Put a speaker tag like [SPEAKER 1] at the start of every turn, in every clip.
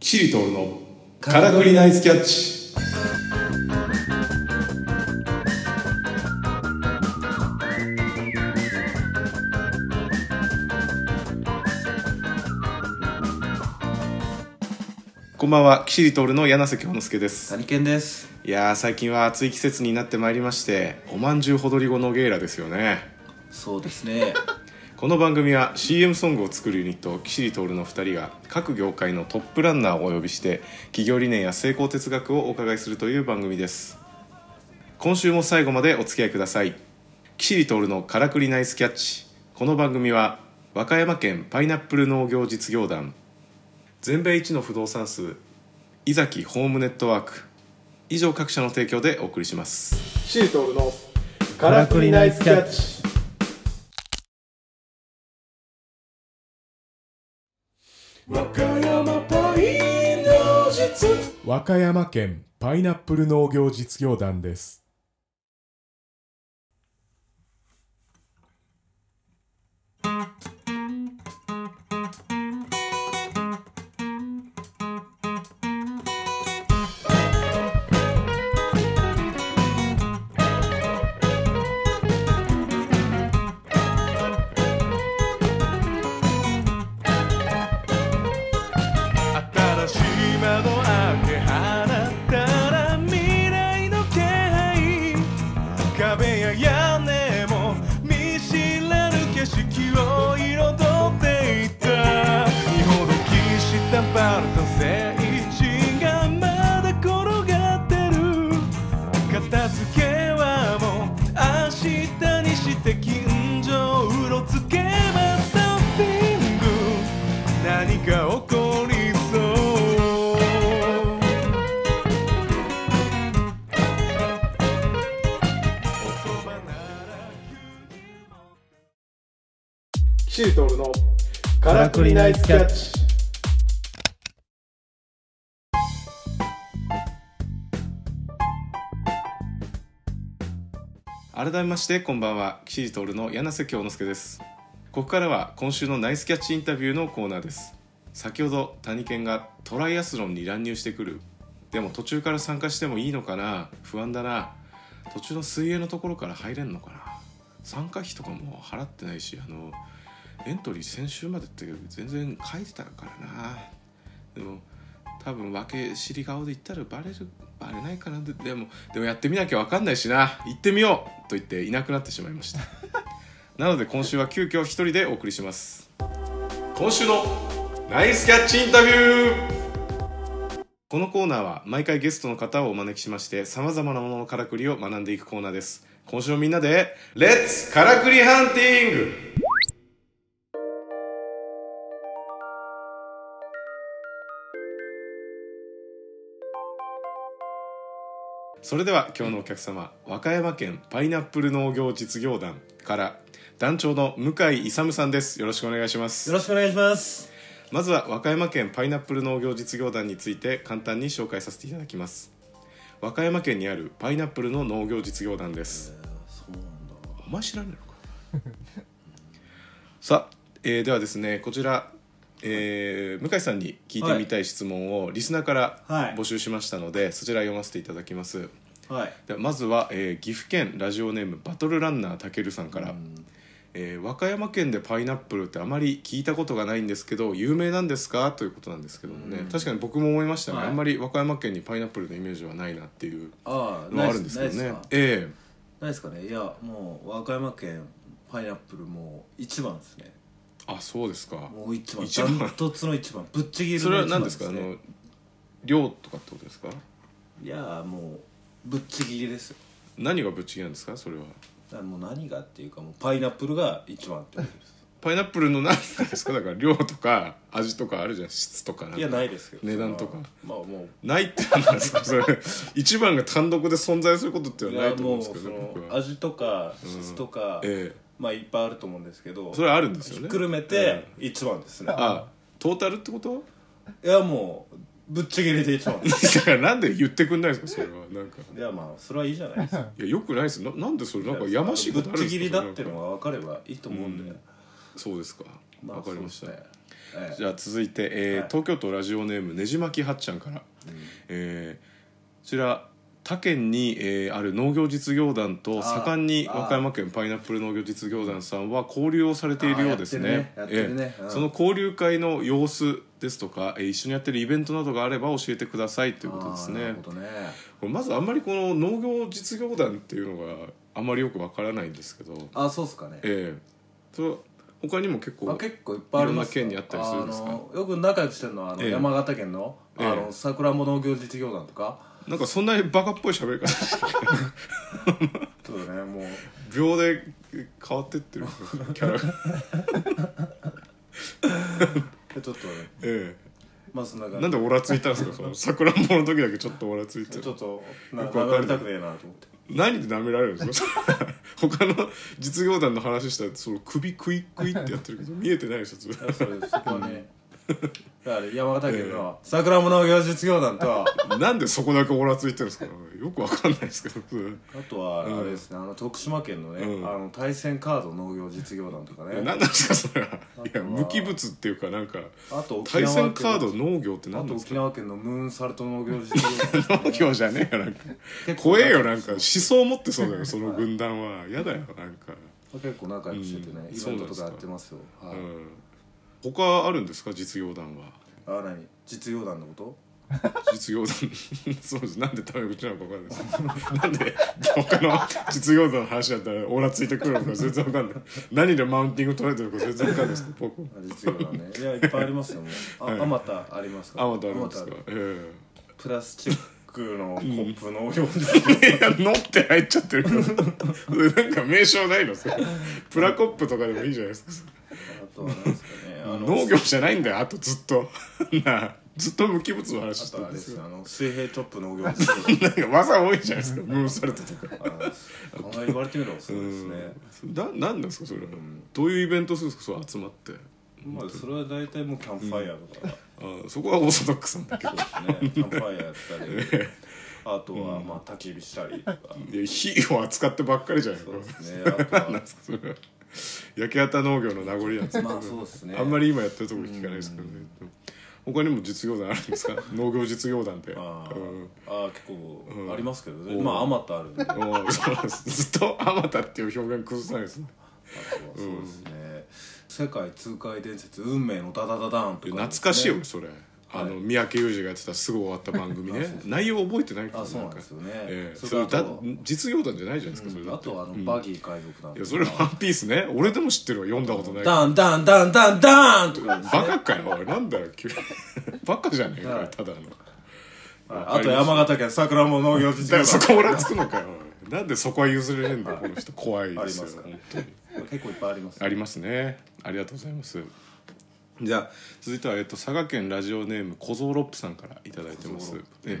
[SPEAKER 1] シリトールのからくりナイスキャッチこんばんはキシリトールの柳瀬京之介です、
[SPEAKER 2] 谷健です
[SPEAKER 1] い、やー最近は暑い季節になってまいりましておまんじゅうほどり後のゲイラですよね
[SPEAKER 2] そうです ね
[SPEAKER 1] この番組は CM ソングを作るユニットキシリトールの2人が各業界のトップランナーをお呼びして企業理念や成功哲学をお伺いするという番組です今週も最後までお付き合いくださいキシリトールのからくりナイスキャッチこの番組は和歌山県パイナップル農業実業団全米一の不動産数伊崎ホームネットワーク以上各社の提供でお送りしますキシリトールの
[SPEAKER 2] からくりナイスキャッ
[SPEAKER 1] チ
[SPEAKER 2] 和歌山パイの実
[SPEAKER 3] 和歌山県パイナップル農業実業団です
[SPEAKER 4] 新しい窓開け放ったら未来の気配壁や屋根も見知らぬ景色を彩っていた見ほどきしたバルト聖地がまだ転がってる片付けはもう明日にして近所うろつけばサーフィング何か起こりそうおそばなら
[SPEAKER 1] シートルのからくりナイスキャッチ改めましてこんばんはキシリトールの柳瀬京之介ですここからは今週のナイスキャッチインタビューのコーナーです先ほど谷健がトライアスロンに乱入してくるでも途中から参加してもいいのかな不安だな途中の水泳のところから入れんのかな参加費とかも払ってないしあのエントリー先週までって全然書いてたからなでも多分分け知り顔で言ったらバレるバレないかなででもでもやってみなきゃ分かんないしな行ってみようと言っていなくなってしまいましたなので今週は急遽一人でお送りします今週のナイスキャッチインタビューこのコーナーは毎回ゲストの方をお招きしましてさまざまなもののからくりを学んでいくコーナーです今週もみんなでレッツからくりハンティングそれでは今日のお客様和歌山県パイナップル農業実業団から団長の向井勇さんですよろしくお願いします
[SPEAKER 2] よろしくお願いします
[SPEAKER 1] まずは和歌山県パイナップル農業実業団について簡単に紹介させていただきます和歌山県にあるパイナップルの農業実業団ですお前知らねえのか さあ、えーではですねこちら、えー向井さんに聞いてみたい質問をリスナーから
[SPEAKER 2] はい
[SPEAKER 1] 募集しましたので、そちら読ませていただきます
[SPEAKER 2] はい
[SPEAKER 1] ではまずは、えー岐阜県ラジオネームバトルランナーたけるさんから、えー和歌山県でパイナップルってあまり聞いたことがないんですけど有名なんですかということなんですけどもね、確かに僕も思いましたね、
[SPEAKER 2] はい
[SPEAKER 1] あんまり和歌山県にパイナップルのイメージはないなっていう
[SPEAKER 2] ああ
[SPEAKER 1] のはあるんですけどね
[SPEAKER 2] ないですか
[SPEAKER 1] え
[SPEAKER 2] ないですかねいやもう和歌山県パイナップルもう一番ですね
[SPEAKER 1] えあそうですか
[SPEAKER 2] もう一番
[SPEAKER 1] 一番
[SPEAKER 2] ダントツの一番ぶっちぎりの一
[SPEAKER 1] そ
[SPEAKER 2] 番
[SPEAKER 1] れは何ですかあ
[SPEAKER 2] ね
[SPEAKER 1] の量とかってことですか
[SPEAKER 2] いやもうぶっちぎりですよ
[SPEAKER 1] 何がぶっちぎりなんですかそれは
[SPEAKER 2] だからもう何がっていうかもうパイナップルが一番ってことです
[SPEAKER 1] パイナップルの何なんですかだから量とか味とかあるじゃん質とかなんか
[SPEAKER 2] いやないですけど
[SPEAKER 1] 値段とか
[SPEAKER 2] まあもう
[SPEAKER 1] ないってなんなんですかそれ一番が単独で存在することっていう
[SPEAKER 2] い
[SPEAKER 1] のはな
[SPEAKER 2] や
[SPEAKER 1] いと思う
[SPEAKER 2] も
[SPEAKER 1] ん
[SPEAKER 2] う
[SPEAKER 1] です
[SPEAKER 2] そ
[SPEAKER 1] けど、ね
[SPEAKER 2] の、
[SPEAKER 1] 僕は
[SPEAKER 2] 味とか質とか、
[SPEAKER 1] ええ
[SPEAKER 2] まあいっぱいあると思うんですけど
[SPEAKER 1] それはあるんですよね
[SPEAKER 2] ひっくるめて
[SPEAKER 1] え
[SPEAKER 2] 一番ですね、
[SPEAKER 1] あトータルってこと
[SPEAKER 2] いやもうぶっちぎりで一番です
[SPEAKER 1] だからなんで言ってくんないんですかそれはなんか
[SPEAKER 2] いやまあそれはいいじゃないですか
[SPEAKER 1] いやよくないですななんで それなんかやましいことあるんで
[SPEAKER 2] ぶっ
[SPEAKER 1] す
[SPEAKER 2] ち
[SPEAKER 1] か
[SPEAKER 2] ぎりだって
[SPEAKER 1] それなん
[SPEAKER 2] の
[SPEAKER 1] か
[SPEAKER 2] が分かればいいと思うんで、
[SPEAKER 1] そうですか、
[SPEAKER 2] まあ
[SPEAKER 1] わかりました、
[SPEAKER 2] そうですねええ
[SPEAKER 1] じゃあ続いて、えー
[SPEAKER 2] はい
[SPEAKER 1] 東京都ラジオネームねじまきはっちゃんから、えーこちら他県に、えーある農業実業団と
[SPEAKER 2] あー
[SPEAKER 1] 盛んに
[SPEAKER 2] あー
[SPEAKER 1] 和歌山県パイナップル農業実業団さんは交流をされているようですね
[SPEAKER 2] あーやってるねやってるね
[SPEAKER 1] えー
[SPEAKER 2] うん
[SPEAKER 1] その交流会の様子ですとか、えー一緒にやってるイベントなどがあれば教えてくださいということです
[SPEAKER 2] あーな
[SPEAKER 1] ね
[SPEAKER 2] るほどね
[SPEAKER 1] これまずあんまりこの農業実業団っていうのがあんまりよくわからないんですけど
[SPEAKER 2] あそうっすかね
[SPEAKER 1] ええと他にも結構
[SPEAKER 2] あ結構いっぱいあります
[SPEAKER 1] いろんな県にあったりするんですか
[SPEAKER 2] あのよく仲良くしてるのはあの、
[SPEAKER 1] ええ
[SPEAKER 2] 山形県のあ
[SPEAKER 1] ええ
[SPEAKER 2] のさくらんぼ農業実業団とか
[SPEAKER 1] なんかそんなにバカっぽい喋り方
[SPEAKER 2] ちょっとねもう
[SPEAKER 1] 秒で変わって ってるキャラが
[SPEAKER 2] ちょっとね
[SPEAKER 1] え
[SPEAKER 2] まあそんな
[SPEAKER 1] え
[SPEAKER 2] 感
[SPEAKER 1] なん
[SPEAKER 2] じ
[SPEAKER 1] でオラついたんですかその桜んぼの時だけちょっとオラついて
[SPEAKER 2] ちょっとな
[SPEAKER 1] よくわかんない
[SPEAKER 2] 殴りたくねえなと思って
[SPEAKER 1] 何で舐められるんですか 他の実業団の話したらその首クイクイってやってるけど見えてないでしょそれ
[SPEAKER 2] だからそれそこ はねだから山形県のさくらんぼ農業実業団と
[SPEAKER 1] なんでそこだけオラついてるんですかよくわかんないですけど
[SPEAKER 2] あとはあれですね、あの徳島県のね、
[SPEAKER 1] うん
[SPEAKER 2] あの対戦カード農業実業団とかね
[SPEAKER 1] 何なんですかそれは
[SPEAKER 2] はい
[SPEAKER 1] や無機物っていうかなんか
[SPEAKER 2] あと沖
[SPEAKER 1] 対
[SPEAKER 2] 縄
[SPEAKER 1] 戦
[SPEAKER 2] 県
[SPEAKER 1] カード農業って
[SPEAKER 2] あ
[SPEAKER 1] 何な
[SPEAKER 2] と
[SPEAKER 1] んです
[SPEAKER 2] 沖
[SPEAKER 1] か
[SPEAKER 2] 縄県のムーンサルト農業実 業団
[SPEAKER 1] 農業じゃねえよなんか
[SPEAKER 2] 結構
[SPEAKER 1] 怖えよなんか思想持ってそうだよその軍団はやだよなんか、
[SPEAKER 2] 結構仲良くしててね、
[SPEAKER 1] うん
[SPEAKER 2] イベントとかやってますよは
[SPEAKER 1] う
[SPEAKER 2] い、
[SPEAKER 1] ん、他あるんですか実業団は
[SPEAKER 2] あ何実業団のこと
[SPEAKER 1] 実業団 そうですなんでタメ口なのか分かんないです なんで他の実業団の話だったらオーラついてくるのか全然分かんない何でマウンティング取られてるのか全然分かんないです僕
[SPEAKER 2] あ実業団 ねいやいっぱいありますよもうあ、
[SPEAKER 1] はい
[SPEAKER 2] あまたありますか
[SPEAKER 1] あまたあるんです
[SPEAKER 2] あ
[SPEAKER 1] か
[SPEAKER 2] またある
[SPEAKER 1] え
[SPEAKER 2] プラスチックのコップ農業実
[SPEAKER 1] えいや乗って入っちゃってる からなんか名称ないのそれプラコップとかでもいいじゃないですか
[SPEAKER 2] あとは何ですかねあの
[SPEAKER 1] 農業じゃないんだよあとずっと なあずっと無機物の話
[SPEAKER 2] あ
[SPEAKER 1] して
[SPEAKER 2] と
[SPEAKER 1] る
[SPEAKER 2] あ
[SPEAKER 1] んで
[SPEAKER 2] れですす
[SPEAKER 1] よ
[SPEAKER 2] よあの水平チョップ農業実業団
[SPEAKER 1] なんか技多いじゃないですかムーンサルトとか
[SPEAKER 2] ああ んまり言われてみればそうですね、
[SPEAKER 1] ななんですかそれはどういうイベントするんですかそう集まって
[SPEAKER 2] まあそれは大体もうキャンプファイヤーとか
[SPEAKER 1] あーそこはオーソドックスなんだけど
[SPEAKER 2] ね、キャンプファイヤーやったりあとはまあ焚き火したりとか
[SPEAKER 1] いや火を扱ってばっかりじゃないの
[SPEAKER 2] そうですねあと
[SPEAKER 1] なん
[SPEAKER 2] は
[SPEAKER 1] ですかそれは焼け畑農業の名残なんですか、
[SPEAKER 2] まあそうですね
[SPEAKER 1] あんまり今やってるとこ聞かないですけどね、他にも実業団あるんですか農業実業団で
[SPEAKER 2] あ
[SPEAKER 1] うん
[SPEAKER 2] あああ結構ありますけどね、
[SPEAKER 1] うん
[SPEAKER 2] まああまたあるんであとは
[SPEAKER 1] おーそうなんですずっと「あまた」っていう表現崩さないですね
[SPEAKER 2] そうですね、世界痛快伝説運命のダダダダンとか、
[SPEAKER 1] 懐かしいよそれあの三宅裕司がやってたすぐ終わった番組ね内容覚えてないから
[SPEAKER 2] あそうなんですよね
[SPEAKER 1] ええ
[SPEAKER 2] それ
[SPEAKER 1] それ
[SPEAKER 2] とあ
[SPEAKER 1] だ
[SPEAKER 2] と
[SPEAKER 1] 実業団じゃないじゃないですかそれだ
[SPEAKER 2] あ
[SPEAKER 1] って
[SPEAKER 2] とはあのバギー海賊団
[SPEAKER 1] いやそれワンピースね俺でも知ってるわ読んだことないバ
[SPEAKER 2] ダンダンダンダンダンとかですね
[SPEAKER 1] カかよおいなんだよ急に バカじゃねえか
[SPEAKER 2] は
[SPEAKER 1] よ
[SPEAKER 2] い
[SPEAKER 1] ただの
[SPEAKER 2] あと山形県桜も農業
[SPEAKER 1] だ
[SPEAKER 2] 実
[SPEAKER 1] から
[SPEAKER 2] 業
[SPEAKER 1] そ
[SPEAKER 2] 団
[SPEAKER 1] こ俺つくのかよおいなんでそこは譲れねえんだよこの人怖い
[SPEAKER 2] あ
[SPEAKER 1] で
[SPEAKER 2] り
[SPEAKER 1] す
[SPEAKER 2] ま
[SPEAKER 1] よ
[SPEAKER 2] すから
[SPEAKER 1] 本当に
[SPEAKER 2] 結構いっぱいあります、
[SPEAKER 1] ありますねありがとうございますじゃあ続いては、えっと、佐賀県ラジオネーム小僧ロップさんからいただいてます
[SPEAKER 2] 小僧ロッ、
[SPEAKER 1] ええ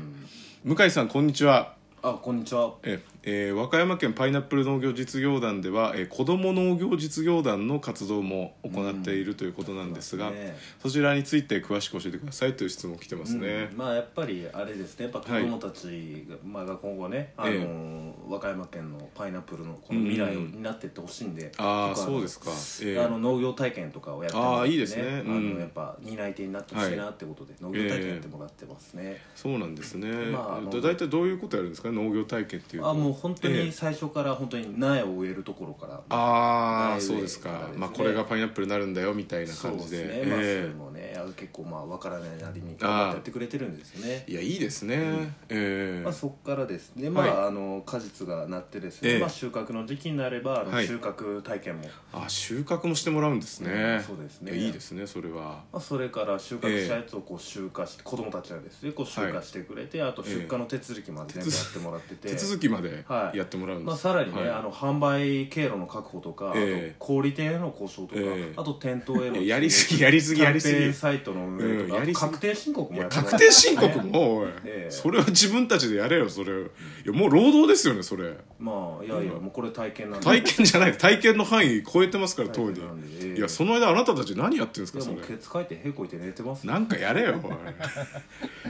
[SPEAKER 1] 向井さんこんにちは
[SPEAKER 2] あこんにちは
[SPEAKER 1] ええー和歌山県パイナップル農業実業団では、えー子ども農業実業団の活動も行っているということなんですが、
[SPEAKER 2] うんそうですね
[SPEAKER 1] そちらについて詳しく教えてくださいという質問来てますね
[SPEAKER 2] う、んまあやっぱりあれですねやっぱ子供たちが,、まあ、が今後ね、あのー
[SPEAKER 1] え
[SPEAKER 2] 和歌山県のパイナップルのこの未来を担っていってほしいんで、
[SPEAKER 1] ああ
[SPEAKER 2] 結構
[SPEAKER 1] そうですか、ええ
[SPEAKER 2] あの農業体験とかをやってもら
[SPEAKER 1] あ
[SPEAKER 2] っ
[SPEAKER 1] あ
[SPEAKER 2] て
[SPEAKER 1] いいですねうん
[SPEAKER 2] あのやっぱ担い手になってほしいなってことで、農業体験やってもらってますね、
[SPEAKER 1] そうなんですね、
[SPEAKER 2] まああの
[SPEAKER 1] だ大体どういうことやるんですか農業体験っていうと
[SPEAKER 2] あもう本当
[SPEAKER 1] え
[SPEAKER 2] に
[SPEAKER 1] え
[SPEAKER 2] 最初から本当に苗を植えるところから、
[SPEAKER 1] あ
[SPEAKER 2] 苗
[SPEAKER 1] あ
[SPEAKER 2] 植え
[SPEAKER 1] そうです
[SPEAKER 2] から
[SPEAKER 1] か
[SPEAKER 2] ですね
[SPEAKER 1] まあこれがパイナップルになるんだよみたいな
[SPEAKER 2] そう
[SPEAKER 1] 感
[SPEAKER 2] で
[SPEAKER 1] じ
[SPEAKER 2] す
[SPEAKER 1] で
[SPEAKER 2] ね、
[SPEAKER 1] え
[SPEAKER 2] まあそ
[SPEAKER 1] え
[SPEAKER 2] れもねあの結構まあ分からないなりに
[SPEAKER 1] ああ
[SPEAKER 2] やってくれてるんですよね
[SPEAKER 1] いやいいですね、ええ
[SPEAKER 2] まあ、そこからですね、まあ
[SPEAKER 1] は
[SPEAKER 2] あの果実がなってですね、
[SPEAKER 1] ええ
[SPEAKER 2] まあ、収穫の時期になれば
[SPEAKER 1] は
[SPEAKER 2] あの
[SPEAKER 1] い
[SPEAKER 2] 収穫体験も、
[SPEAKER 1] あ収穫もしてもらうんですね、
[SPEAKER 2] うんそうですね
[SPEAKER 1] いやいいですねそれは
[SPEAKER 2] まあ、それから収穫したやつをこう集荷して、子供たちがですねこう集荷してくれて、あと出荷の手続きまで全部やってもらってて。
[SPEAKER 1] 手続きまで
[SPEAKER 2] はい
[SPEAKER 1] やってもらうんです、
[SPEAKER 2] まあ、さらにね、
[SPEAKER 1] はい
[SPEAKER 2] あの販売経路の確保とか、
[SPEAKER 1] ええ
[SPEAKER 2] あと小売店への交渉とか、
[SPEAKER 1] ええ
[SPEAKER 2] あと店頭への
[SPEAKER 1] いややりすぎやりすぎやりすぎ
[SPEAKER 2] キャンペーンサイトの運営とか、
[SPEAKER 1] うんやり
[SPEAKER 2] あ
[SPEAKER 1] す
[SPEAKER 2] と
[SPEAKER 1] ぎ
[SPEAKER 2] 確定申告
[SPEAKER 1] い
[SPEAKER 2] も
[SPEAKER 1] や
[SPEAKER 2] ってもら
[SPEAKER 1] 確
[SPEAKER 2] って
[SPEAKER 1] 定申告もおい、
[SPEAKER 2] ええ
[SPEAKER 1] それは自分たちでやれよそれいやもう労働ですよねそれ
[SPEAKER 2] まあいやいやもうこれ体験なんで
[SPEAKER 1] 体験じゃない体験の範囲超えてますから当
[SPEAKER 2] 体
[SPEAKER 1] に
[SPEAKER 2] 験なんでええ
[SPEAKER 1] いやその間あなたたち何やってるんですか
[SPEAKER 2] いや
[SPEAKER 1] そ
[SPEAKER 2] もう
[SPEAKER 1] れ
[SPEAKER 2] ケツかいてへこいて寝てますよ
[SPEAKER 1] なんかやれよおい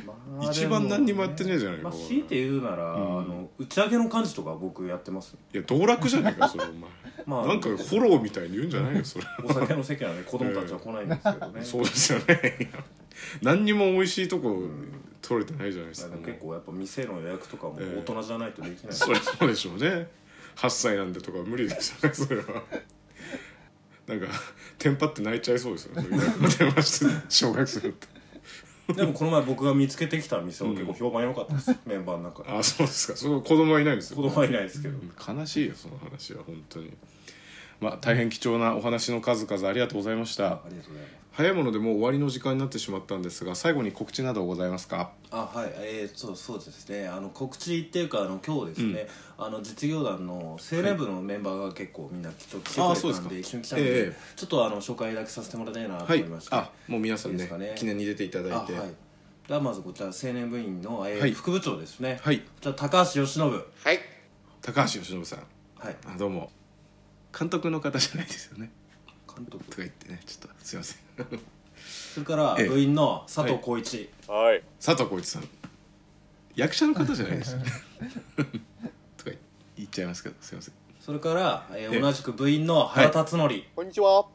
[SPEAKER 2] ま あ
[SPEAKER 1] 一番何にもやってねえじゃない
[SPEAKER 2] ま
[SPEAKER 1] か
[SPEAKER 2] あ、
[SPEAKER 1] おい
[SPEAKER 2] 強いて言うなら、あの打ち上げの幹事とか僕やってます、
[SPEAKER 1] いや道楽じゃないかそれお前
[SPEAKER 2] まあ
[SPEAKER 1] なんかフォローみたいに言うんじゃないよそれ
[SPEAKER 2] お酒の席なんで子供たちは来ないんですけどね、
[SPEAKER 1] そうですよね 何にも美味しいとこ取れてないじゃないです
[SPEAKER 2] だ
[SPEAKER 1] か
[SPEAKER 2] から結構やっぱ店の予約とかも
[SPEAKER 1] ええ
[SPEAKER 2] 大人じゃないとできない、
[SPEAKER 1] そりゃそうでしょうね8歳なんでとか無理でしょうねそれはなんかテンパって泣いちゃいそうですよねそういう電話して小学生だって
[SPEAKER 2] でもこの前僕が見つけてきた店は結構評判良かったです、メンバーの中で
[SPEAKER 1] あそうですかその子供はいないんです
[SPEAKER 2] 子
[SPEAKER 1] よ
[SPEAKER 2] 供はいないですけど
[SPEAKER 1] 悲しいよその話は本当にまあ大変貴重なお話の数々ありがとうございました
[SPEAKER 2] ありがとうございます
[SPEAKER 1] 早いものでもう終わりの時間になってしまったんですが最後に告知などございますか
[SPEAKER 2] あはいえー、そうそうですねあの告知っていうかあの今日ですね、あの実業団の青年部のメンバーが結構みんな来て来てくれ
[SPEAKER 1] あーそうで
[SPEAKER 2] た
[SPEAKER 1] す
[SPEAKER 2] ん
[SPEAKER 1] か
[SPEAKER 2] で一緒に来たんで、
[SPEAKER 1] ええ
[SPEAKER 2] ちょっとあの紹介だけさせてもらいたいなと
[SPEAKER 1] は
[SPEAKER 2] 思い
[SPEAKER 1] い
[SPEAKER 2] まして、
[SPEAKER 1] あもう皆さん
[SPEAKER 2] いい
[SPEAKER 1] ね
[SPEAKER 2] ですかね
[SPEAKER 1] 記念に出ていただいて
[SPEAKER 2] あはいではまずこちら青年部員の、えー
[SPEAKER 1] はい
[SPEAKER 2] 副部長ですね
[SPEAKER 1] はい
[SPEAKER 2] こちら高橋由伸はい
[SPEAKER 5] はい
[SPEAKER 1] 高橋由伸さんあどうも監督の方じゃないですよね
[SPEAKER 2] 監督
[SPEAKER 1] とか言ってねちょっとすいません
[SPEAKER 2] それから
[SPEAKER 1] ええ
[SPEAKER 2] 部員の佐藤浩一、
[SPEAKER 4] はい
[SPEAKER 1] 佐藤浩市さん役者の方じゃないですよねとか言っちゃいますけどすいません
[SPEAKER 2] それから、えー
[SPEAKER 1] ええ
[SPEAKER 2] 同じく部員の原辰徳、
[SPEAKER 5] こんにちは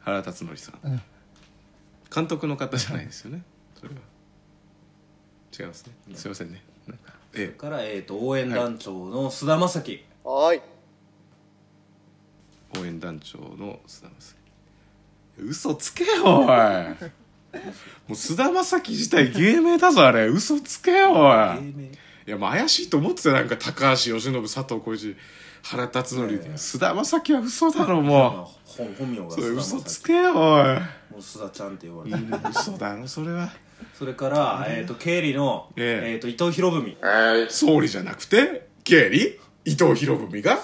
[SPEAKER 1] 原辰徳さん監督の方じゃないですよねそれは違いますねすいませんねなんか
[SPEAKER 2] そ
[SPEAKER 1] え
[SPEAKER 2] れから、えー、と応援団長の須田将暉、
[SPEAKER 5] はーい
[SPEAKER 1] え応援団長の須田正樹嘘つけよおいもう須田将暉自体芸名だぞあれ嘘つけよおい
[SPEAKER 2] 芸名
[SPEAKER 1] いや、もう怪しいと思ってたよなんか、高橋由伸、佐藤浩市、原辰徳、
[SPEAKER 2] いやいや
[SPEAKER 1] 須田将暉は嘘だろ、
[SPEAKER 2] まあ
[SPEAKER 1] も
[SPEAKER 2] 本本名が
[SPEAKER 1] う。それ
[SPEAKER 2] 須田
[SPEAKER 1] 嘘
[SPEAKER 2] 将
[SPEAKER 1] つ
[SPEAKER 2] 暉
[SPEAKER 1] けよ、おい。
[SPEAKER 2] もう須田ちゃんって言われて
[SPEAKER 1] 嘘だろ、それは。
[SPEAKER 2] それから、えー、と経理の、
[SPEAKER 1] ええ
[SPEAKER 2] えー、と伊藤博文
[SPEAKER 5] はい
[SPEAKER 1] 総理じゃなくて、経理伊藤博文が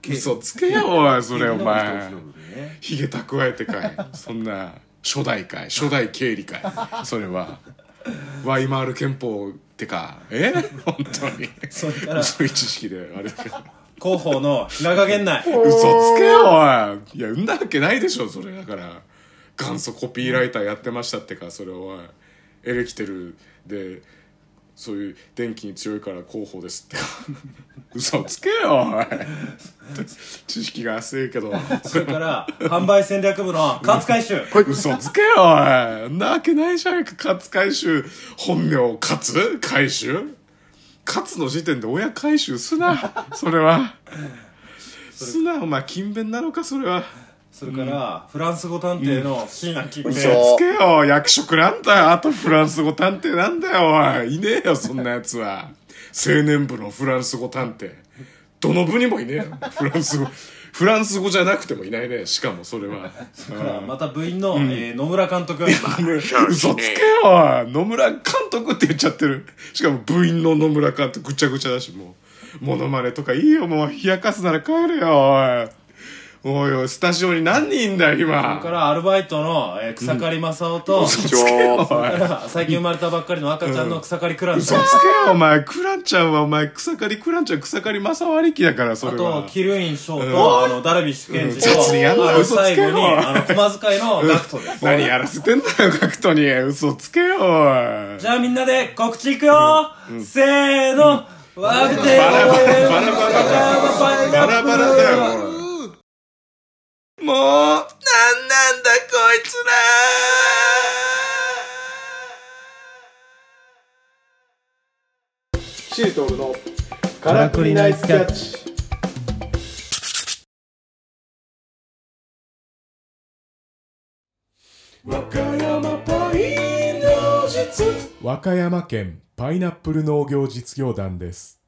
[SPEAKER 2] 理
[SPEAKER 1] 嘘つけよ、おい、それ、お
[SPEAKER 2] 経理の伊
[SPEAKER 1] 前
[SPEAKER 2] 藤。博文ね
[SPEAKER 1] ひげ蓄えてか い。そんな、初代かい。初代経理かい。それは。ワイマール憲法ってか、え本当に。
[SPEAKER 2] それから
[SPEAKER 1] 嘘知識で、あれだけど。
[SPEAKER 2] 広報の平賀源内
[SPEAKER 1] 嘘つけよおいいや産んだわけないでしょそれだから元祖コピーライターやってましたってかそれおいエレキテルでそういう電気に強いから広報ですってか 嘘つけよおい知識が浅いけど
[SPEAKER 2] それから販売戦略部の勝海舟
[SPEAKER 1] 嘘つけよおいんなわけないじゃんか勝回収本名勝回収勝の時点で親回収すなそれはすなお前勤勉なのかそれは
[SPEAKER 2] それから、フランス語探偵の椎名桔
[SPEAKER 5] 嘘
[SPEAKER 2] 平
[SPEAKER 1] 嘘つけよ役職なんだよあとフランス語探偵なんだよおいいねえよそんなやつは青年部のフランス語探偵どの部にもいねえよフランス語フランス語じゃなくてもいないねしかもそれは
[SPEAKER 2] それからまた部員の、えー野村監督
[SPEAKER 1] 嘘つけよおい野村監督って言っちゃってるしかも部員の野村監督ぐちゃぐちゃだしもうモノマネとかいいよもう冷やかすなら帰れよおいおいおいスタジオに何人いんだよ
[SPEAKER 2] それか
[SPEAKER 1] 今
[SPEAKER 2] らアルバイトの、えー草刈正雄と、
[SPEAKER 1] 嘘つけよおい
[SPEAKER 2] 最近生まれたばっかりの赤ちゃんの草刈クラン
[SPEAKER 1] 嘘
[SPEAKER 2] チ、
[SPEAKER 1] つけよお前クランちゃんはお前草刈りクランちゃん草刈り正雄ありきだからそ
[SPEAKER 2] あ
[SPEAKER 1] れ
[SPEAKER 2] と
[SPEAKER 1] は
[SPEAKER 2] 桐生院翔と、あのダルビッシュ健二
[SPEAKER 1] うん雑にやん
[SPEAKER 2] と、
[SPEAKER 1] な
[SPEAKER 2] あの
[SPEAKER 1] 嘘つけ
[SPEAKER 2] 最
[SPEAKER 1] よ
[SPEAKER 2] 後にあの駒遣いのガクトです
[SPEAKER 1] 何やらせてんだよガクトに嘘つけよおい
[SPEAKER 2] じゃあみんなで告知いくよ、せーの、ワクテ
[SPEAKER 1] バラバラバラバラ
[SPEAKER 2] バ
[SPEAKER 1] バラバラだよもうもうなんなんだこいつらシートルのカラクリナイスキャッチ
[SPEAKER 3] 和歌山県パイナップル農業実業団です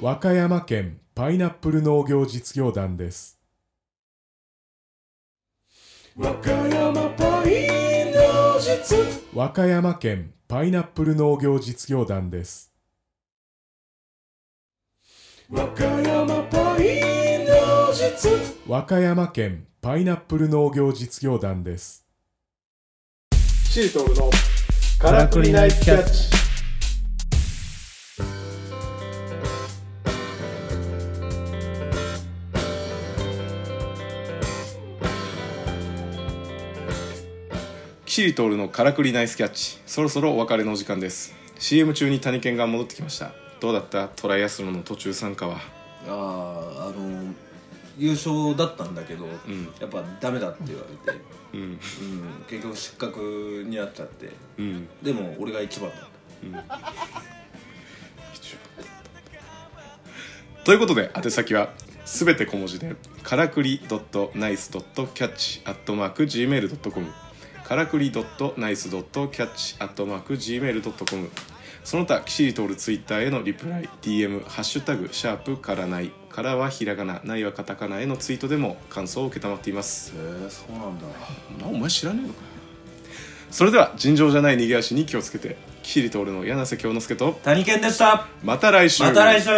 [SPEAKER 3] 和歌山県パイナップル農業実業団です和歌山県パイナップル農業実業団です和歌山県パイナップル農業実業団です
[SPEAKER 4] からくりナイスキャッチ
[SPEAKER 1] キシリトールのカラクリナイスキャッチそろそろお別れのお時間です CM 中に谷健が戻ってきましたどうだったトライアスロンの途中参加は
[SPEAKER 2] あああの優勝だったんだけど、
[SPEAKER 1] ん
[SPEAKER 2] やっぱダメだって言われて、
[SPEAKER 1] うん
[SPEAKER 2] うん、結局失格になっちゃって
[SPEAKER 1] うん
[SPEAKER 2] でも俺が一番だった
[SPEAKER 1] ということで宛先はすべて小文字でからくり .nice.catch.gmail.com からくり .nice.catch.gmail.com その他岸里徹ツイッターへのリプライ DM「ハッシュタグシャープからない」からはひらがなないはカタカナへのツイートでも感想を受けたまっています
[SPEAKER 2] へえそうなんだ
[SPEAKER 1] まあお前知らねえのかそれでは尋常じゃない逃げ足に気をつけて岸里徹の柳瀬京之介と
[SPEAKER 2] 谷健でした
[SPEAKER 1] また来週
[SPEAKER 2] また来週